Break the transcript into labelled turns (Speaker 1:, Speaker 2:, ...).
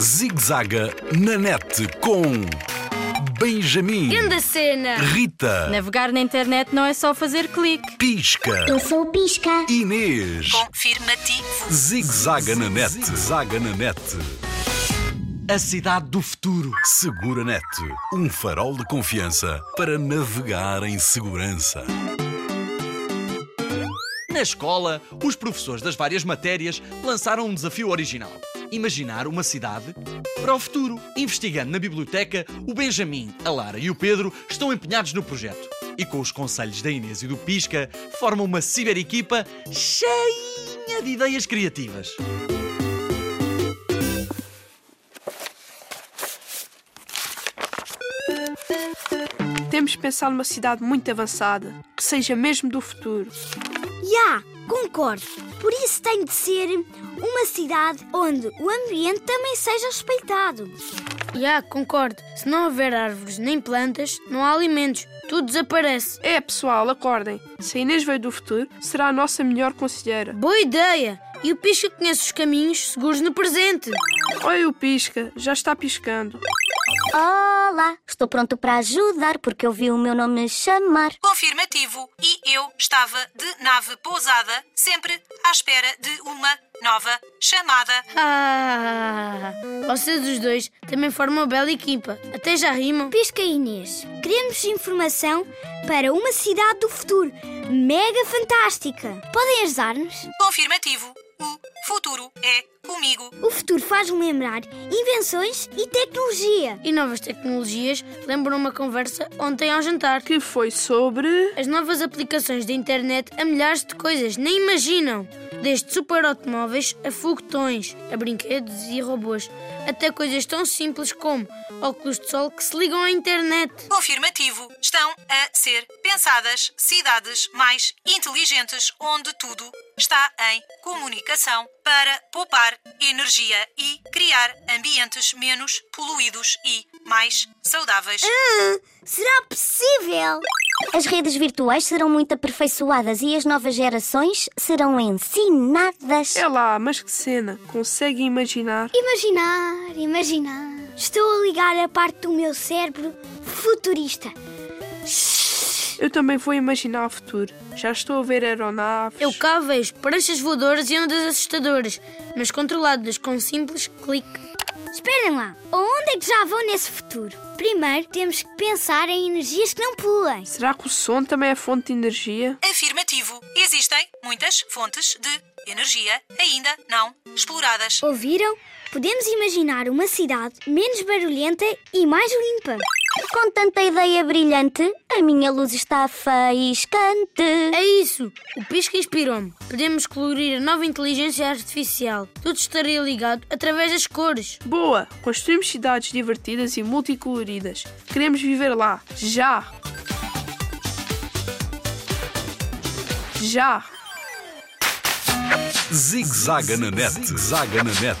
Speaker 1: Zigzaga na net com Benjamin,
Speaker 2: Grande cena!
Speaker 1: Rita,
Speaker 3: Navegar na internet não é só fazer clique.
Speaker 1: Pisca,
Speaker 4: Eu sou o Pisca.
Speaker 1: Inês.
Speaker 5: Confirmativo.
Speaker 1: Zigzaga na net, zaga na net.
Speaker 6: A cidade do futuro.
Speaker 1: Segura net, um farol de confiança para navegar em segurança.
Speaker 6: Na escola, os professores das várias matérias lançaram um desafio original. Imaginar uma cidade para o futuro. Investigando na biblioteca, o Benjamin, a Lara e o Pedro estão empenhados no projeto. E com os conselhos da Inês e do Pisca, formam uma ciberequipa cheinha de ideias criativas.
Speaker 7: Temos de pensar numa cidade muito avançada, que seja mesmo do futuro.
Speaker 4: Já, concordo. Por isso tem de ser uma cidade onde o ambiente também seja respeitado.
Speaker 2: Já, concordo. Se não houver árvores nem plantas, não há alimentos. Tudo desaparece.
Speaker 7: É, pessoal, acordem. Se a Inês veio do futuro, será a nossa melhor conselheira.
Speaker 2: Boa ideia! E o Pisca conhece os caminhos seguros no presente.
Speaker 7: Olha o pisca, já está piscando.
Speaker 4: Olá, estou pronto para ajudar porque eu vi o meu nome chamar.
Speaker 5: Confirmativo. E eu estava de nave pousada, sempre à espera de uma nova chamada.
Speaker 2: Ah! Vocês os dois também formam uma bela equipa. Até já rimam.
Speaker 4: Pisca Inês, queremos informação para uma cidade do futuro mega fantástica. Podem ajudar-nos?
Speaker 5: Confirmativo. O futuro é comigo.
Speaker 4: O futuro faz-me lembrar invenções e tecnologia.
Speaker 2: E novas tecnologias lembram uma conversa ontem ao jantar.
Speaker 7: Que foi sobre.
Speaker 2: As novas aplicações da internet a milhares de coisas, nem imaginam! Desde super automóveis a foguetões, a brinquedos e robôs, até coisas tão simples como óculos de sol que se ligam à internet.
Speaker 5: Confirmativo. Estão a ser pensadas cidades mais inteligentes onde tudo está em comunicação para poupar energia e criar ambientes menos poluídos e mais saudáveis.
Speaker 4: Ah, Será possível? As redes virtuais serão muito aperfeiçoadas e as novas gerações serão ensinadas.
Speaker 7: É lá, mas que cena, conseguem imaginar?
Speaker 4: Imaginar, imaginar. Estou a ligar a parte do meu cérebro futurista.
Speaker 7: Eu também vou imaginar o futuro. Já estou a ver aeronaves.
Speaker 2: Eu cá vejo pranchas voadoras e ondas assustadoras, mas controladas com um simples clique.
Speaker 4: Esperem lá, onde é que já vão nesse futuro? Primeiro temos que pensar em energias que não poluem.
Speaker 7: Será que o som também é fonte de energia?
Speaker 5: Afirmativo. Existem muitas fontes de energia ainda não exploradas.
Speaker 4: Ouviram? Podemos imaginar uma cidade menos barulhenta e mais limpa. Com tanta ideia brilhante, a minha luz está faiscante.
Speaker 2: É isso! O Pisca inspirou-me. Podemos colorir a nova inteligência artificial. Tudo estaria ligado através das cores.
Speaker 7: Boa! Construímos cidades divertidas e multicoloridas. Queremos viver lá. Já! Já!
Speaker 1: Zigzaga na net, zaga na net.